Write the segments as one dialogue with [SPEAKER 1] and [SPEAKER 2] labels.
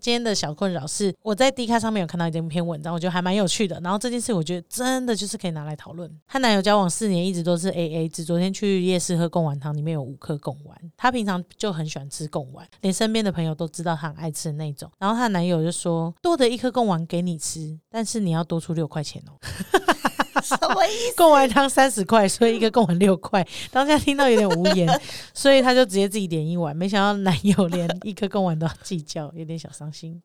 [SPEAKER 1] 今天的小困扰是，我在 D 卡上面有看到一篇文章，我觉得还蛮有趣的。然后这件事，我觉得真的就是可以拿来讨论。和男友交往四年，一直都是 A A 制。昨天去夜市喝贡丸汤，里面有五颗贡丸。她平常就很喜欢吃贡丸，连身边的朋友都知道她很爱吃的那种。然后她男友就说：“多的一颗贡丸给你吃，但是你要多出六块钱哦。”
[SPEAKER 2] 什么 意
[SPEAKER 1] 贡丸汤三十块，所以一个贡丸六块。当下听到有点无言，所以他就直接自己点一碗。没想到男友连一颗贡丸都要计较，有点小伤心。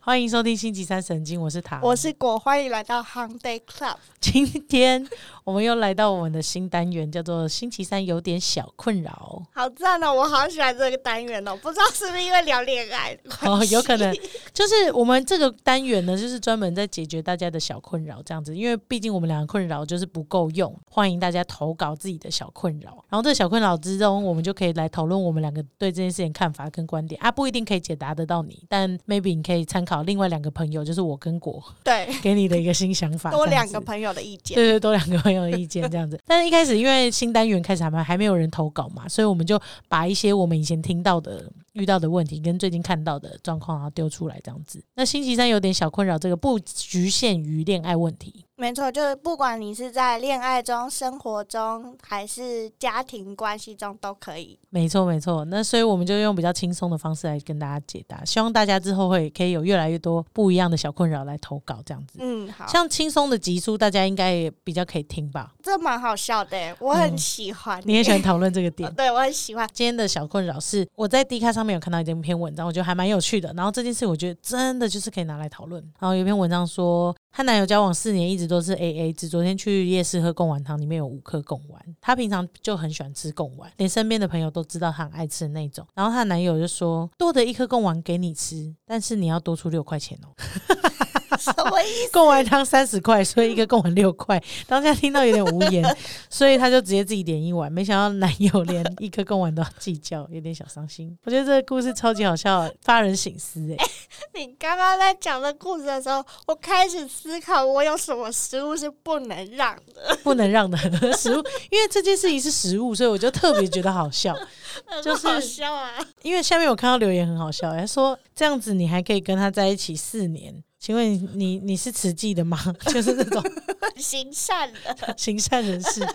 [SPEAKER 1] 欢迎收听星期三神经，我是塔，
[SPEAKER 2] 我是果，欢迎来到 Hung Day Club。
[SPEAKER 1] 今天我们又来到我们的新单元，叫做星期三有点小困扰。
[SPEAKER 2] 好赞哦，我好喜欢这个单元哦，不知道是不是因为聊恋爱的 关
[SPEAKER 1] 哦，
[SPEAKER 2] 系
[SPEAKER 1] 有可 能就是我们这个单元呢，就是专门在解决大家的小困扰这样子，因为毕竟我们两个困扰就是不够用，欢迎大家投稿自己的小困扰，然后这小困扰之中，我们就可以来讨论我们两个对这件事情看法跟观点啊，不一定可以解答得到你，但 maybe 你可以参考另外两个朋友，就是我跟果
[SPEAKER 2] 对，
[SPEAKER 1] 给你的一个新想法，
[SPEAKER 2] 多
[SPEAKER 1] 这样
[SPEAKER 2] 两
[SPEAKER 1] 子
[SPEAKER 2] 个朋友的意见。
[SPEAKER 1] 对对，多两个朋友的意见这样子。但是一开始因为新单元开始还没还没有人投稿嘛，所以我们就把一些我们以前听到的、遇到的问题跟最近看到的状况，然后啊丢出来这样子。那星期三有点小困扰，这个不局限于恋爱问题。
[SPEAKER 2] 没错，就是不管你是在恋爱中、生活中，还是家庭关系中都可以。
[SPEAKER 1] 没错，没错。那所以我们就用比较轻松的方式来跟大家解答，希望大家之后会可以有越来越多不一样的小困扰来投稿这样子。
[SPEAKER 2] 嗯，好，
[SPEAKER 1] 像轻松的集数，大家应该也比较可以听吧？
[SPEAKER 2] 这蛮好笑的耶，我很
[SPEAKER 1] 嗯
[SPEAKER 2] 喜欢。？
[SPEAKER 1] 你也喜欢讨论这个点
[SPEAKER 2] 对，我很 喜欢。
[SPEAKER 1] 今天的小困扰是，我在 D 卡上面有看到一篇文章，我觉得还蛮有趣的。然后这件事，我觉得真的就是可以拿来讨论。然后有一篇文章说，和男友交往四年，一直都是 A A 制。昨天去夜市喝贡丸汤，里面有五颗贡丸。她平常就很喜欢吃贡丸，连身边的朋友都知道她很爱吃的那种。然后她男友就说，多的一颗贡丸给你吃，但是你要多出六块钱哦。
[SPEAKER 2] 什么意思？
[SPEAKER 1] 贡丸汤 三十块，所以一个贡丸六块。当下听到有点无言，所以他就直接自己点一碗。没想到男友连一颗贡丸都要计较，有点小伤心。我觉得这个故事超级好笑， 发人省思哎、
[SPEAKER 2] 你刚刚在讲这故事的时候，我开始思考我有什么食物是不能让的，
[SPEAKER 1] 不能让的食物，因为这件事情是食物，所以我就特别觉得好笑。就
[SPEAKER 2] 很好
[SPEAKER 1] 是
[SPEAKER 2] 笑啊！
[SPEAKER 1] 因为下面我看到留言很好笑、欸，他说这样子你还可以跟他在一起四年。请问你你你是慈济的吗？ 就是那种
[SPEAKER 2] 很行善的，
[SPEAKER 1] 行善人士，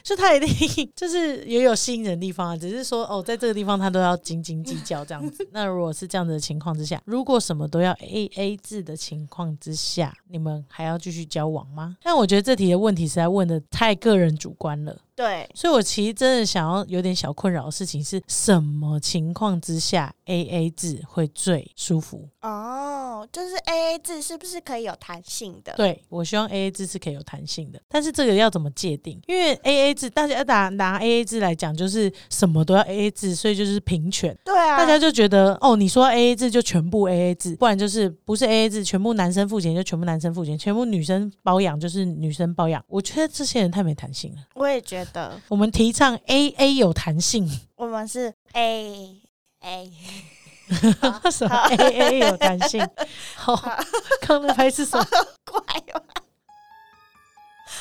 [SPEAKER 1] 就他一定 就是也有吸引人的地方啊，只是说哦，在这个地方他都要斤斤计较这样子。那如果是这样子的情况之下，如果什么都要 A A 制的情况之下，你们还要继续交往吗？但我觉得这题的问题实在问的太个人主观了。
[SPEAKER 2] 对，
[SPEAKER 1] 所以我其实真的想要有点小困扰的事情是什么情况之下 A A 制会最舒服？
[SPEAKER 2] 哦，就是 A A 制是不是可以有弹性的？
[SPEAKER 1] 对我希望 A A 制是可以有弹性的，但是这个要怎么界定？因为 A A 制，大家拿拿 A A 制来讲，就是什么都要 A A 制，所以就是平权。
[SPEAKER 2] 对啊，
[SPEAKER 1] 大家就觉得哦，你说 A A 制就全部 A A 制，不然就是不是 A A 制，全部男生付钱就全部男生付钱，全部女生包养就是女生包养。我觉得这些人太没弹性了。
[SPEAKER 2] 我也觉得
[SPEAKER 1] 我们提倡 A A 有弹性，
[SPEAKER 2] 我们是 A A，
[SPEAKER 1] 什么 A A 有弹性？好，刚才拍是什么？
[SPEAKER 2] 怪吗？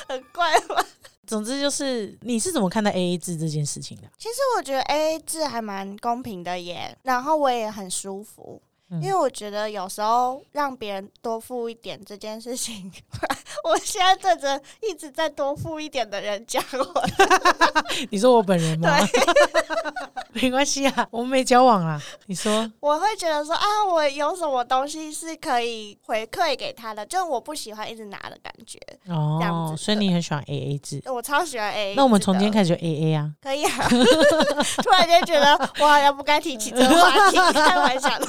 [SPEAKER 2] 很怪吗？
[SPEAKER 1] 总之就是，你是怎么看待 A A 制这件事情的？
[SPEAKER 2] 其实我觉得 A A 制还蛮公平的耶，然后我也很舒服。
[SPEAKER 1] 嗯
[SPEAKER 2] 因为我觉得有时候让别人多付一点这件事情， 我现在对着一直在多付一点的人讲我，
[SPEAKER 1] 你说我本人吗？ 没关系啊，我们没交往啊。你说，
[SPEAKER 2] 我会觉得说啊，我有什么东西是可以回馈给他的，就是我不喜欢一直拿的感觉。 这样
[SPEAKER 1] 哦
[SPEAKER 2] 子，
[SPEAKER 1] 所以你很喜欢 A A 制。
[SPEAKER 2] 我超喜欢 A，
[SPEAKER 1] 那我们从今天
[SPEAKER 2] 始
[SPEAKER 1] 开始就 A A 啊，
[SPEAKER 2] 可以啊。 突然间觉得我好像不该提起这个话题，开玩笑 的。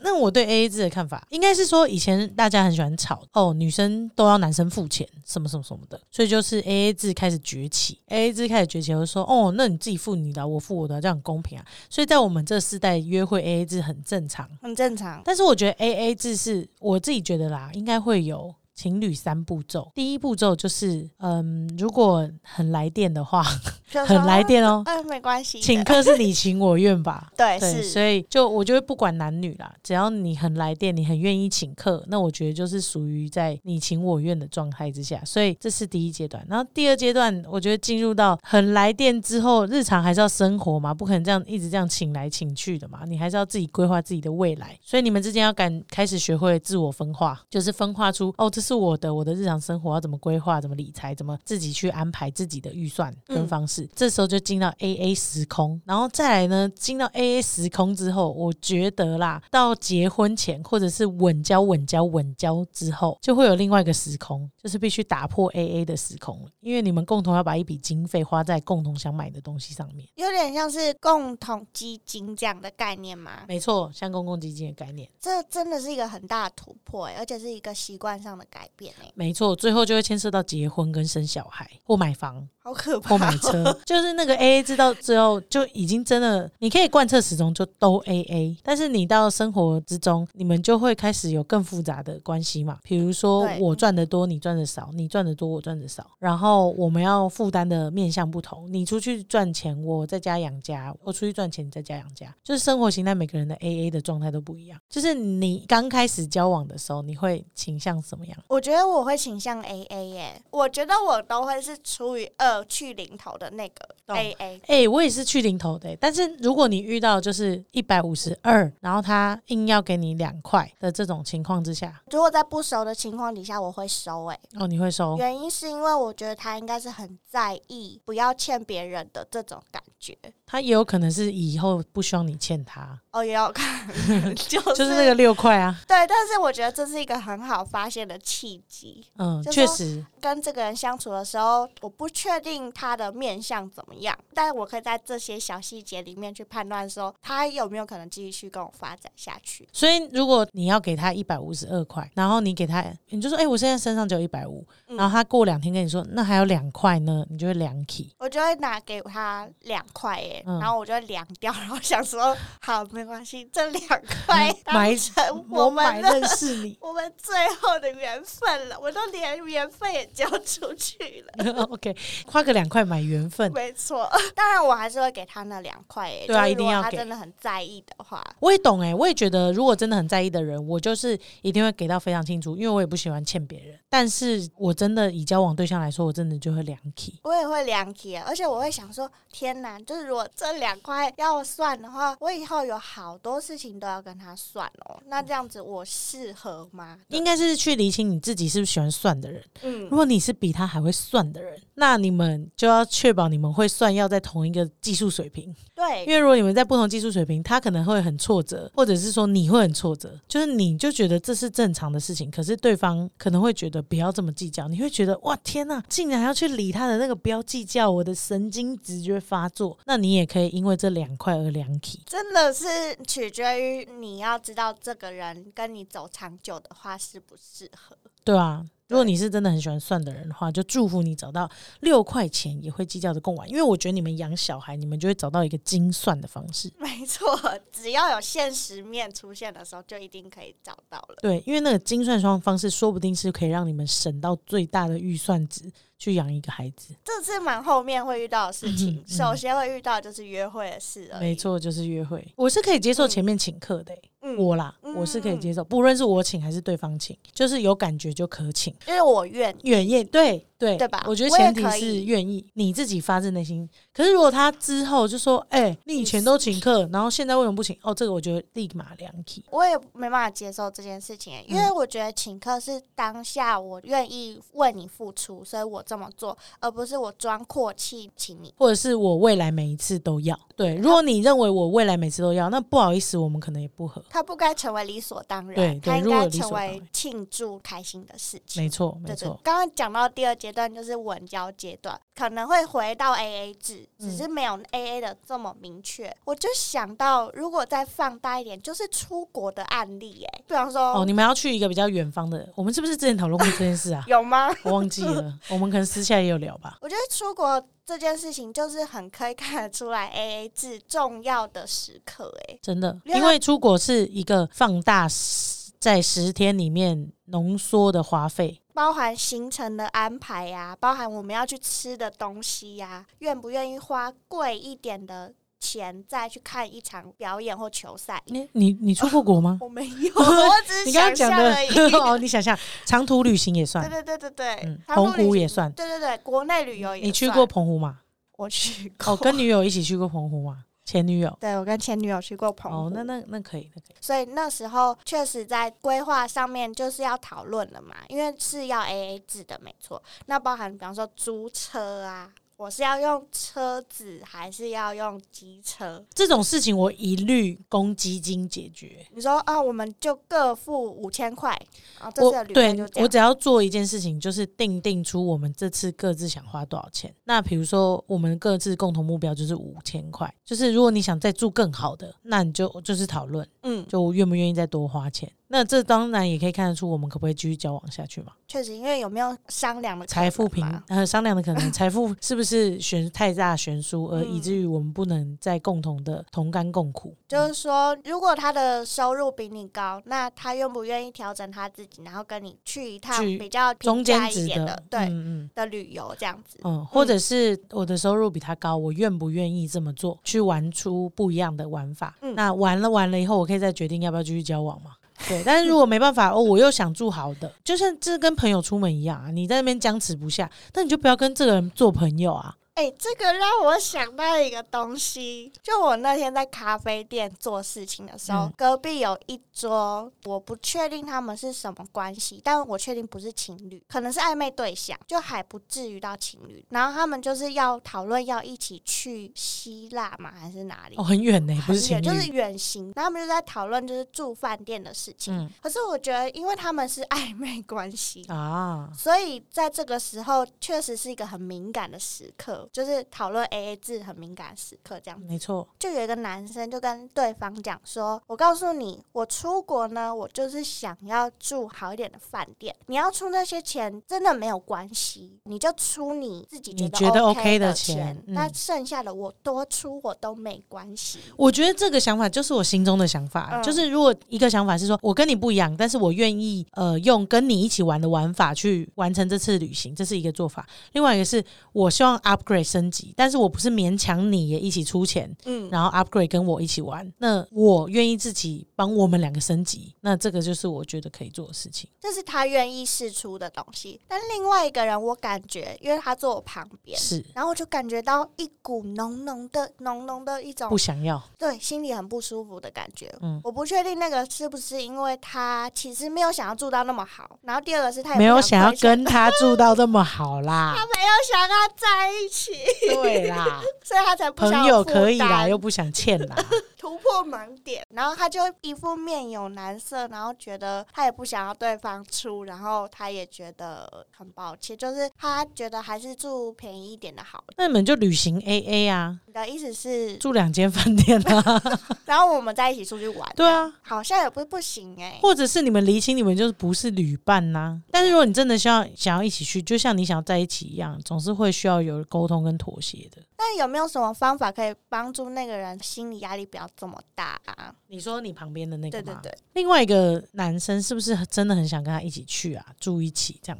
[SPEAKER 1] 那我对 A A 制的看法，应该是说以前大家很喜欢吵哦，女生都要男生付钱，什么什么什么的，所以就是 A A 制开始崛起，A A 制开始崛起，我就说哦，那你自己付你的啊，我付我的啊，这样很公平啊。所以在我们这世代，约会 A A 制很正常。
[SPEAKER 2] 很正常。
[SPEAKER 1] 但是我觉得 A A 制是我自己觉得啦，应该会有情侣三步骤。第一步骤就是，嗯，如果很来电的话，
[SPEAKER 2] 就说
[SPEAKER 1] 很来电 哦。
[SPEAKER 2] 嗯，没关系的，
[SPEAKER 1] 请客是你情我愿吧？
[SPEAKER 2] 对
[SPEAKER 1] 对，所
[SPEAKER 2] 是，
[SPEAKER 1] 以就我觉得不管男女啦，只要你很来电，你很愿意请客，那我觉得就是属于在你情我愿的状态之下。所以这是第一阶段，然后第二阶段，我觉得进入到很来电之后，日常还是要生活嘛，不可能这样一直这样请来请去的嘛，你还是要自己规划自己的未来。所以你们之间要敢开始学会自我分化，就是分化出哦，这是我的，我的日常生活要怎么规划，怎么理财，怎么自己去安排自己的预算跟
[SPEAKER 2] 嗯
[SPEAKER 1] 方式。这时候就进到 A A 时空，然后再来呢，进到 A A 时空之后，我觉得啦，到结婚前或者是稳交、稳交、稳交之后，就会有另外一个时空，就是必须打破 A A 的时空了，因为你们共同要把一笔经费花在共同想买的东西上面。
[SPEAKER 2] 有点像是共同基金这样的概念吗？
[SPEAKER 1] 没错，像公共基金的概念。
[SPEAKER 2] 这真的是一个很大的突破、欸，而且是一个习惯上的改变、欸，
[SPEAKER 1] 没错，最后就会牵涉到结婚跟生小孩或买房
[SPEAKER 2] 好可怕
[SPEAKER 1] 或！买 车，就是那个 A A 制到最后就已经真的，你可以贯彻始终就都 A A，但是你到生活之中，你们就会开始有更复杂的关系嘛，比如说
[SPEAKER 2] 对
[SPEAKER 1] 我赚的多，你赚的少，你赚的多，我赚的少，然后我们要负担的面向不同，你出去赚钱，我在家养家，我出去赚钱，你在家养家，就是生活形态每个人的 A A 的状态都不一样，就是你刚开始交往的时候，你会倾向什么样？
[SPEAKER 2] 我觉得我会倾向 A A 耶，我觉得我都会是除以二去零头的那个
[SPEAKER 1] 懂
[SPEAKER 2] A A，
[SPEAKER 1] 哎、我也是去零头的欸、但是如果你遇到就是一百五十二，然后他硬要给你两块的这种情况之下，
[SPEAKER 2] 如果在不熟的情况底下，我会收哎。
[SPEAKER 1] 哦，你会收？
[SPEAKER 2] 原因是因为我觉得他应该是很在意不要欠别人的这种感觉。
[SPEAKER 1] 他也有可能是以后不希望你欠他，
[SPEAKER 2] 哦，也要看， 就是、
[SPEAKER 1] 就是那个六块啊。
[SPEAKER 2] 对，但是我觉得这是一个很好发现的契机。
[SPEAKER 1] 嗯，
[SPEAKER 2] 就
[SPEAKER 1] 确
[SPEAKER 2] 说
[SPEAKER 1] 实，
[SPEAKER 2] 跟这个人相处的时候，我不确定他的面相怎么样，但我可以在这些小细节里面去判断说他有没有可能继续跟我发展下去。
[SPEAKER 1] 所以如果你要给他一百五十二块，然后你给他，你就说，哎、我现在身上只有一百五，
[SPEAKER 2] 嗯
[SPEAKER 1] 然后他过两天跟你说，那还有两块呢，你就会两起。
[SPEAKER 2] 我就会拿给他两块耶，
[SPEAKER 1] 嗯
[SPEAKER 2] 然后我就会量掉，然后想说 好没关系，这两块
[SPEAKER 1] 嗯买
[SPEAKER 2] 当成
[SPEAKER 1] 我
[SPEAKER 2] 我
[SPEAKER 1] 买
[SPEAKER 2] 们的
[SPEAKER 1] 认识 你
[SPEAKER 2] 我们最后的缘分了，我都连缘分也交出去了。
[SPEAKER 1] ，OK，花个两块买缘分。
[SPEAKER 2] 没错，当然我还是会给他那两块耶。
[SPEAKER 1] 嗯对啊
[SPEAKER 2] 就是
[SPEAKER 1] 一定
[SPEAKER 2] 如果
[SPEAKER 1] 要
[SPEAKER 2] 他
[SPEAKER 1] 给
[SPEAKER 2] 真的很在意的话，
[SPEAKER 1] 我也懂哎、我也觉得，如果真的很在意的人，我就是一定会给到非常清楚，因为我也不喜欢欠别人。但是我真的以交往对象来说，我真的就会两起。
[SPEAKER 2] 我也会量体耶，而且我会想说，天哪，就是如果这两块要算的话，我以后有好多事情都要跟他算哦。那
[SPEAKER 1] 嗯
[SPEAKER 2] 这样子我适合吗？
[SPEAKER 1] 应该是去厘清你自己是不是喜欢算的人。
[SPEAKER 2] 嗯
[SPEAKER 1] 如，果你是比他还会算的人，那你们就要确保你们会算要在同一个技术水平。因
[SPEAKER 2] 对，
[SPEAKER 1] 为如果你们在不同技术水平，他可能会很挫折，或者是说你会很挫折，就是你就觉得这是正常的事情，可是对方可能会觉得不要这么计较，你会觉得哇天呐，竟然还要去理他的那个不要计较，我的神经直觉发作，那你也可以因为这两块而两体。
[SPEAKER 2] 真的是取决于你要知道这个人跟你走长久的话适不适合。
[SPEAKER 1] 对啊。如果你是真的很喜欢算的人的话，就祝福你找到六块钱也会计较的共玩，因为我觉得你们养小孩，你们就会找到一个精算的方式。
[SPEAKER 2] 没错，只要有现实面出现的时候，就一定可以找到了。
[SPEAKER 1] 对，因为那个精算双方式，说不定是可以让你们省到最大的预算值去养一个孩子。
[SPEAKER 2] 这是蛮后面会遇到的事
[SPEAKER 1] 嗯
[SPEAKER 2] 情，
[SPEAKER 1] 嗯
[SPEAKER 2] 首先会遇到就是约会的事而已。
[SPEAKER 1] 没，错，就是约会，嗯我是可以接受前面请客的欸、
[SPEAKER 2] 嗯
[SPEAKER 1] 我啦，我是可以接受，不论是我请还是对方请，就是有感觉就可请。
[SPEAKER 2] 因为我愿意。
[SPEAKER 1] 愿意，对对，
[SPEAKER 2] 对吧
[SPEAKER 1] 我觉得
[SPEAKER 2] 我也
[SPEAKER 1] 前提
[SPEAKER 2] 可
[SPEAKER 1] 是
[SPEAKER 2] 以
[SPEAKER 1] 愿意，你自己发自内心。可是如果他之后就说：“哎、你以
[SPEAKER 2] 你
[SPEAKER 1] 前
[SPEAKER 2] 是
[SPEAKER 1] 都请客，然后现在为什么不请？”哦，这个我觉得立马凉起。
[SPEAKER 2] 我也没办法接受这件事情，因为我觉得请客是当下我愿意为你付出，所以我这么做，而不是我装阔气请你。
[SPEAKER 1] 或者是我未来每一次都要对，如果你认为我未来每次都要，那不好意思，我们可能也不合。
[SPEAKER 2] 它不该成为理所当
[SPEAKER 1] 对
[SPEAKER 2] 然，
[SPEAKER 1] 对
[SPEAKER 2] 它应
[SPEAKER 1] 如果
[SPEAKER 2] 该
[SPEAKER 1] 理所
[SPEAKER 2] 成
[SPEAKER 1] 当然
[SPEAKER 2] 为庆祝开心的事情。
[SPEAKER 1] 没错，没
[SPEAKER 2] 对对
[SPEAKER 1] 错，，
[SPEAKER 2] 刚刚讲到第二阶段就是稳交阶段，可能会回到 A A 制，
[SPEAKER 1] 嗯
[SPEAKER 2] 只是没有 A A 的这么明确。我就想到，如果再放大一点，就是出国的案例、耶，比方说、
[SPEAKER 1] 哦，你们要去一个比较远方的，我们是不是之前讨论过这件事啊
[SPEAKER 2] ？有吗？
[SPEAKER 1] 我忘记了，我们可能私下也有聊吧。
[SPEAKER 2] 我觉得出国这件事情就是很可以看得出来 A A 制重要的时刻、哎，
[SPEAKER 1] 真的，
[SPEAKER 2] 因为
[SPEAKER 1] 因为出国是一个放大十在十天里面浓缩的花费，
[SPEAKER 2] 包含行程的安排呀、包含我们要去吃的东西呀、愿不愿意花贵一点的钱再去看一场表演或球赛？
[SPEAKER 1] 你你你出过国吗？
[SPEAKER 2] 我没有，我只是
[SPEAKER 1] 嗯你刚刚
[SPEAKER 2] 想
[SPEAKER 1] 讲
[SPEAKER 2] 象
[SPEAKER 1] 的
[SPEAKER 2] 而已。
[SPEAKER 1] 哦，你想象长途旅行也
[SPEAKER 2] 对
[SPEAKER 1] 算，
[SPEAKER 2] 对对对对，
[SPEAKER 1] 嗯，
[SPEAKER 2] 长途
[SPEAKER 1] 澎
[SPEAKER 2] 旅行
[SPEAKER 1] 湖也算。
[SPEAKER 2] 对对对，国内旅游也
[SPEAKER 1] 你去
[SPEAKER 2] 算
[SPEAKER 1] 过？澎湖 吗？
[SPEAKER 2] 我去过。
[SPEAKER 1] 哦，跟女友一起去过澎湖吗？前女友。
[SPEAKER 2] 对我跟前女友去过澎湖。
[SPEAKER 1] 哦，那那那可以，那可以。
[SPEAKER 2] 所以那时候确实在规划上面就是要讨论了嘛，因为是要 A A 制的，没错。那包含比方说租车啊，我是要用车子还是要用机车？
[SPEAKER 1] 这种事情我一律公积金解决。
[SPEAKER 2] 你说啊，我们就各付五千块，啊，这次
[SPEAKER 1] 我
[SPEAKER 2] 的旅费
[SPEAKER 1] 对
[SPEAKER 2] 就
[SPEAKER 1] 我
[SPEAKER 2] 这样。
[SPEAKER 1] 只要做一件事情，就是定定出我们这次各自想花多少钱。那比如说，我们各自共同目标就是五千块。就是如果你想再住更好的，那你就就是讨论，
[SPEAKER 2] 嗯，
[SPEAKER 1] 就愿不愿意再多花钱。那这当然也可以看得出我们可不可以继续交往下去嘛。
[SPEAKER 2] 确实，因为有没有商量的可能
[SPEAKER 1] 财富平
[SPEAKER 2] 嘛
[SPEAKER 1] 呃商量的可能， 财富是不是悬太大悬殊，而以
[SPEAKER 2] 嗯
[SPEAKER 1] 至于我们不能再共同的同甘共苦？嗯
[SPEAKER 2] 就是说，如果他的收入比你高，那他愿不愿意调整他自己，然后跟你去一趟
[SPEAKER 1] 去
[SPEAKER 2] 比较平
[SPEAKER 1] 中
[SPEAKER 2] 价
[SPEAKER 1] 间
[SPEAKER 2] 一
[SPEAKER 1] 值
[SPEAKER 2] 点
[SPEAKER 1] 的，
[SPEAKER 2] 对、
[SPEAKER 1] 嗯嗯
[SPEAKER 2] 的旅游这样子？
[SPEAKER 1] 嗯，或者是我的收入比他高，我愿不愿意这么做，去玩出不一样的玩法？
[SPEAKER 2] 嗯
[SPEAKER 1] 那玩了玩了以后，我可以再决定要不要继续交往嘛？ 对，但是如果没办法哦，我又想住好的，就像这跟朋友出门一样啊，你在那边僵持不下，那你就不要跟这个人做朋友啊。
[SPEAKER 2] 哎、这个让我想到一个东西，就我那天在咖啡店做事情的时候，
[SPEAKER 1] 嗯
[SPEAKER 2] 隔壁有一桌，我不确定他们是什么关系，但我确定不是情侣，可能是暧昧对象，就还不至于到情侣。然后他们就是要讨论要一起去希腊嘛，还是哪里？
[SPEAKER 1] 哦，很远呢、不
[SPEAKER 2] 很
[SPEAKER 1] 是情
[SPEAKER 2] 远，
[SPEAKER 1] 侣，
[SPEAKER 2] 就是远行，然后他们就在讨论就是住饭店的事情。
[SPEAKER 1] 嗯
[SPEAKER 2] 可是我觉得，因为他们是暧昧关系，
[SPEAKER 1] 啊，
[SPEAKER 2] 所以在这个时候，确实是一个很敏感的时刻，就是讨论 A A 制很敏感的时刻。这样，
[SPEAKER 1] 没错，
[SPEAKER 2] 就有一个男生就跟对方讲说：“我告诉你，我出国呢，我就是想要住好一点的饭店。你要出那些钱，真的没有关系，你就出你自己
[SPEAKER 1] 你
[SPEAKER 2] 觉
[SPEAKER 1] 觉得
[SPEAKER 2] OK
[SPEAKER 1] OK 的
[SPEAKER 2] 的
[SPEAKER 1] 钱嗯
[SPEAKER 2] 那剩下的我多出我都没关系。
[SPEAKER 1] 我觉得这个想法就是我心中的想法，
[SPEAKER 2] 嗯
[SPEAKER 1] 就是如果一个想法是说我跟你不一样，但是我愿意呃用跟你一起玩的玩法去完成这次旅行，这是一个做法；另外一个是我希望 upgrade 升级，但是我不是勉强你也一起出钱，”
[SPEAKER 2] 嗯，
[SPEAKER 1] 然后 upgrade 跟我一起玩，那我愿意自己帮我们两个升级，那这个就是我觉得可以做的事情。
[SPEAKER 2] 这是他愿意试出的东西。但另外一个人，我感觉，因为他坐我旁边，
[SPEAKER 1] 是
[SPEAKER 2] 然后我就感觉到一股浓浓的、浓浓的一种
[SPEAKER 1] 不想要，
[SPEAKER 2] 对心里很不舒服的感觉。
[SPEAKER 1] 嗯
[SPEAKER 2] 我不确定那个是不是因为他其实没有想要住到那么好，然后第二个是他也不
[SPEAKER 1] 没有想要
[SPEAKER 2] 亏欠
[SPEAKER 1] 跟他住到这么好啦，
[SPEAKER 2] 他没有想跟他在一起，
[SPEAKER 1] 对啦，
[SPEAKER 2] 所以他 才不想
[SPEAKER 1] 朋
[SPEAKER 2] 有
[SPEAKER 1] 友可以
[SPEAKER 2] 负
[SPEAKER 1] 啦，
[SPEAKER 2] 担
[SPEAKER 1] 又不想欠啦。
[SPEAKER 2] 突破盲点，然后他就一副面有难色，然后觉得他也不想要对方出，然后他也觉得很抱歉，就是他觉得还是住便宜一点的好。
[SPEAKER 1] 那你们就旅行 A A 啊，
[SPEAKER 2] 你的意思是，
[SPEAKER 1] 住两间饭店 啊，
[SPEAKER 2] 然后我们在一起出去玩，
[SPEAKER 1] 对啊，
[SPEAKER 2] 好像也不不行哎、
[SPEAKER 1] 或者是你们离清，你们就是不是旅伴呐、但是如果你真的需要想要一起去，就像你想要在一起一样，总是会需要有沟通跟妥协的。
[SPEAKER 2] 那有没有什么方法可以帮助那个人心理压力不要这么大啊？
[SPEAKER 1] 你说你旁边的那个
[SPEAKER 2] 对对
[SPEAKER 1] 吗？
[SPEAKER 2] 对，
[SPEAKER 1] 另外一个男生是不是真的很想跟他一起去啊，住一起这样？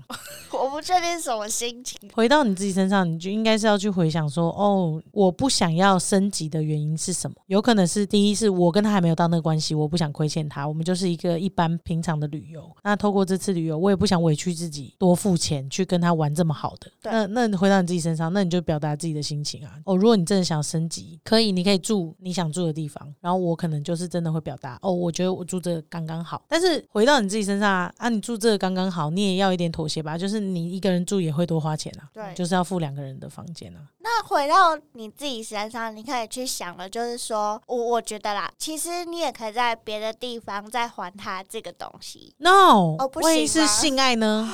[SPEAKER 2] 我不确定是什么心情。
[SPEAKER 1] 回到你自己身上，你就应该是要去回想说，哦，我不想要升级的原因是什么？有可能是第一是我跟他还没有到那个关系，我不想亏欠他，我们就是一个一般平常的旅游。那透过这次旅游，我也不想委屈自己多付钱去跟他玩这么好的。
[SPEAKER 2] 对
[SPEAKER 1] 那那你回到你自己身上，那你就表达自己的心情啊。哦，如果你真的想升级，可以，你可以住你想住的地方。然后我可能就是真的会表达，哦，我觉得我住这个刚刚好。但是回到你自己身上啊，啊，你住这个刚刚好，你也要一点妥协吧，就是你一个人住也会多花钱啊。
[SPEAKER 2] 对
[SPEAKER 1] 就是要付两个人的房间啊。
[SPEAKER 2] 那回到你自己身上，你可以去想了，就是说我我觉得啦，其实你也可以在别的地方再还他这个东西，
[SPEAKER 1] No，、
[SPEAKER 2] 哦不
[SPEAKER 1] 万一
[SPEAKER 2] 行
[SPEAKER 1] 是
[SPEAKER 2] 吗
[SPEAKER 1] 性爱呢？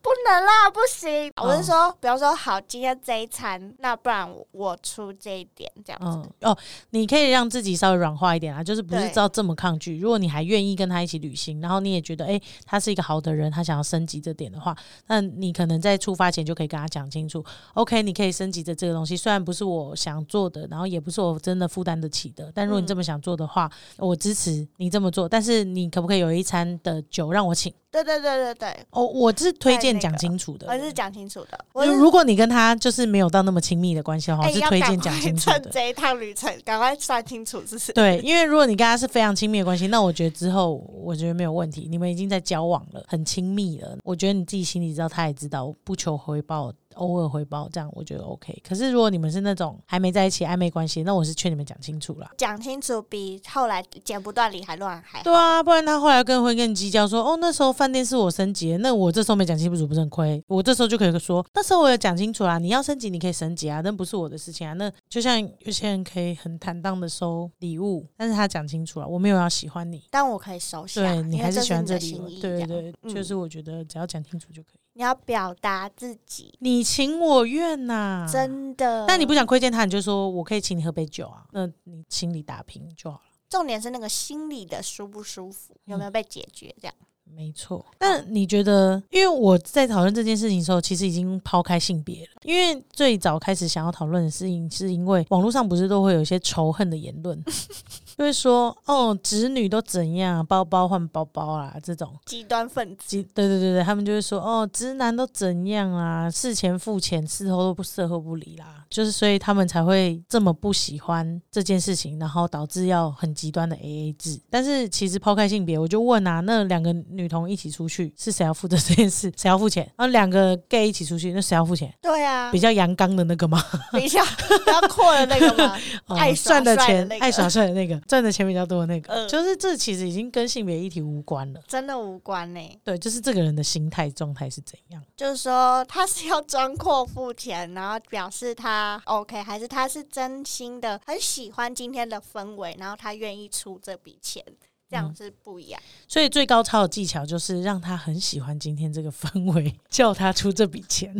[SPEAKER 2] 不能啦，不行。
[SPEAKER 1] 哦
[SPEAKER 2] 我是说，比方说，好，今天这一餐，那不然我我出这一点这样子。
[SPEAKER 1] 嗯哦，你可以让自己稍微软化一点啊，就是不是
[SPEAKER 2] 对
[SPEAKER 1] 知道这么抗拒。如果你还愿意跟他一起旅行，然后你也觉得诶他是一个好的人，他想要升级这点的话，那你可能在出发前就可以跟他讲清楚，OK，你可以升级的这个东西，虽然不是我想做的，然后也不是我真的负担得起的，但如
[SPEAKER 2] 嗯
[SPEAKER 1] 果你这么想做的话，我支持你这么做，但是你可不可以有一餐的酒让我请？
[SPEAKER 2] 对对对对对，
[SPEAKER 1] 哦，我是推
[SPEAKER 2] 在
[SPEAKER 1] 荐
[SPEAKER 2] 那
[SPEAKER 1] 讲
[SPEAKER 2] 个
[SPEAKER 1] 清楚的。
[SPEAKER 2] 我是讲清楚的。我
[SPEAKER 1] 就是如果你跟他就是没有到那么亲密的关系的话，
[SPEAKER 2] 哎
[SPEAKER 1] 我是
[SPEAKER 2] 要
[SPEAKER 1] 推
[SPEAKER 2] 赶
[SPEAKER 1] 荐讲
[SPEAKER 2] 快
[SPEAKER 1] 清楚
[SPEAKER 2] 趁
[SPEAKER 1] 的。
[SPEAKER 2] 这一趟旅程，赶快算清楚，是不是？
[SPEAKER 1] 对，因为如果你跟他是非常亲密的关系，那我觉得之后我觉得没有问题，你们已经在交往了，很亲密了。我觉得你自己心里知道，他也知道，不求回报，偶尔回报这样，我觉得 OK。可是如果你们是那种还没在一起暧昧关系，那我是劝你们讲清楚啦。
[SPEAKER 2] 讲清楚比后来剪不断理还乱还好。
[SPEAKER 1] 对啊，不然他后来跟会跟你计较说，哦，那时候饭店是我升级的，那我这时候没讲清楚不是很亏？我这时候就可以说，那时候我有讲清楚啦，你要升级你可以升级啊，那不是我的事情啊。那就像有些人可以很坦荡的收礼物，但是他讲清楚了，我没有要喜欢你，
[SPEAKER 2] 但我可以收下，
[SPEAKER 1] 对你
[SPEAKER 2] 因
[SPEAKER 1] 还
[SPEAKER 2] 为这
[SPEAKER 1] 喜欢
[SPEAKER 2] 你的
[SPEAKER 1] 礼
[SPEAKER 2] 心
[SPEAKER 1] 物，
[SPEAKER 2] 意。
[SPEAKER 1] 对
[SPEAKER 2] 这样嗯
[SPEAKER 1] 对，对就是我觉得只要讲清楚就可以，
[SPEAKER 2] 你要表达自己，
[SPEAKER 1] 你情我愿呐、。
[SPEAKER 2] 真的。
[SPEAKER 1] 啊但你不想亏欠他，你就说我可以请你喝杯酒啊，那你心里打平就好了。
[SPEAKER 2] 重点是那个心里的舒不舒服，有
[SPEAKER 1] 嗯
[SPEAKER 2] 没有被解决？这样
[SPEAKER 1] 没错，但你觉得，因为我在讨论这件事情的时候，其实已经抛开性别了。因为最早开始想要讨论的事情，是因为网络上不是都会有一些仇恨的言论， 就会说哦，直女都怎样，包包换包包啦、这种。
[SPEAKER 2] 极端分子，
[SPEAKER 1] 即对对对对，他们就会说哦，直男都怎样啊，事前付钱，事后都不事后不理啦，就是所以他们才会这么不喜欢这件事情，然后导致要很极端的 A A 制。但是其实抛开性别，我就问啊，那两个女同一起出去，是谁要负责这件事？谁要付钱？然后两个 gay 一起出去，那谁要付钱？
[SPEAKER 2] 对啊
[SPEAKER 1] 比，较阳刚的那个吗？
[SPEAKER 2] 比较比较阔的那个嘛，
[SPEAKER 1] 哦
[SPEAKER 2] 爱耍
[SPEAKER 1] 赚的
[SPEAKER 2] 帅的
[SPEAKER 1] 钱
[SPEAKER 2] 那，个
[SPEAKER 1] 爱耍帅的那个，赚的钱比较多的那个，
[SPEAKER 2] 嗯
[SPEAKER 1] 就是这其实已经跟性别议题无关了。
[SPEAKER 2] 真的无关呢、
[SPEAKER 1] 对，就是这个人的心态状态是怎样。
[SPEAKER 2] 就是说他是要装阔付钱，然后表示他 OK，还是他是真心的很喜欢今天的氛围，然后他愿意出这笔钱，这样
[SPEAKER 1] 嗯
[SPEAKER 2] 是不一样。
[SPEAKER 1] 所以最高超的技巧就是让他很喜欢今天这个氛围，叫他出这笔钱。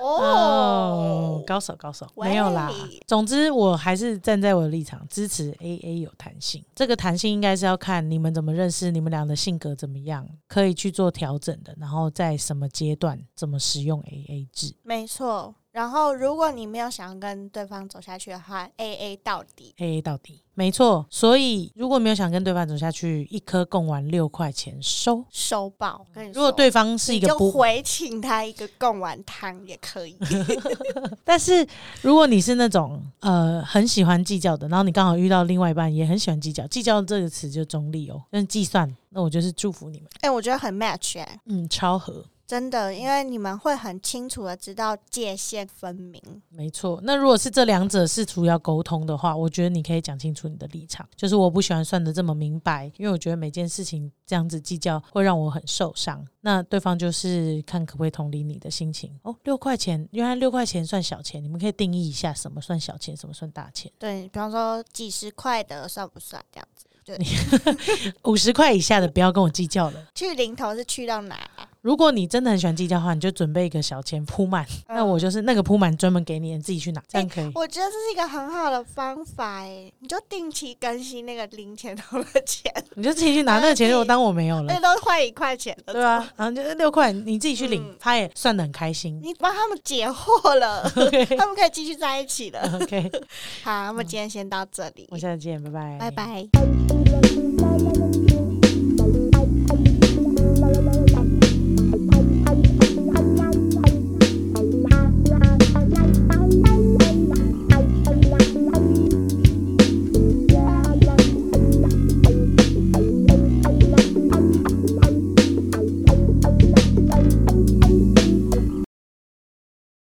[SPEAKER 2] 哦，
[SPEAKER 1] 高手高手，
[SPEAKER 2] 喂
[SPEAKER 1] 没有啦。总之，我还是站在我的立场支持 A A 有弹性。这个弹性应该是要看你们怎么认识，你们俩的性格怎么样，可以去做调整的。然后在什么阶段怎么使用 A A 制。
[SPEAKER 2] 没错。然后，如果你没有想要跟对方走下去的话，A A 到底
[SPEAKER 1] A A 到底，没错。所以如果没有想跟对方走下去，一颗贡丸六块钱收。
[SPEAKER 2] 收爆。跟你说
[SPEAKER 1] 嗯如果对方是一
[SPEAKER 2] 你
[SPEAKER 1] 个
[SPEAKER 2] 就
[SPEAKER 1] 不
[SPEAKER 2] 回请他一个贡丸汤也可 以。
[SPEAKER 1] 但是如果你是那种呃很喜欢计较的，然后你刚好遇到另外一半也很喜欢计较，计较这个词就中立哦，就是计算，那我就是祝福你们，
[SPEAKER 2] 哎、我觉得很 match 哎、
[SPEAKER 1] 嗯，超合。
[SPEAKER 2] 真的，因为你们会很清楚的知道界限分明。
[SPEAKER 1] 没错，那如果是这两者试图要沟通的话，我觉得你可以讲清楚你的立场，就是我不喜欢算的这么明白，因为我觉得每件事情这样子计较会让我很受伤。那对方就是看可不可以同理你的心情哦。六块钱，原来六块钱算小钱，你们可以定义一下什么算小钱，什么算大钱。
[SPEAKER 2] 对，比方说几十块的算不算这样子？
[SPEAKER 1] 五十块以下的不要跟我计较了。
[SPEAKER 2] 去零头是去到哪啊、
[SPEAKER 1] 如果你真的很喜欢计较的话，你就准备一个小钱铺满，
[SPEAKER 2] 嗯
[SPEAKER 1] 那我就是那个铺满专门给你，你自己去拿，这样可以。
[SPEAKER 2] 我觉得这是一个很好的方法哎，你就定期更新那个零钱头的钱，
[SPEAKER 1] 你就自己去拿那个钱，
[SPEAKER 2] 哎
[SPEAKER 1] 我当我没有了
[SPEAKER 2] 那，都换一块钱了。
[SPEAKER 1] 嗯对啊，然后就六块，你自己去领
[SPEAKER 2] 嗯，
[SPEAKER 1] 他也算的很开心。
[SPEAKER 2] 你帮他们解惑了，
[SPEAKER 1] OK
[SPEAKER 2] 他们可以继续在一起了。
[SPEAKER 1] OK，
[SPEAKER 2] 好，那么今天先到这里，
[SPEAKER 1] 我下次见，拜拜，
[SPEAKER 2] 拜。拜。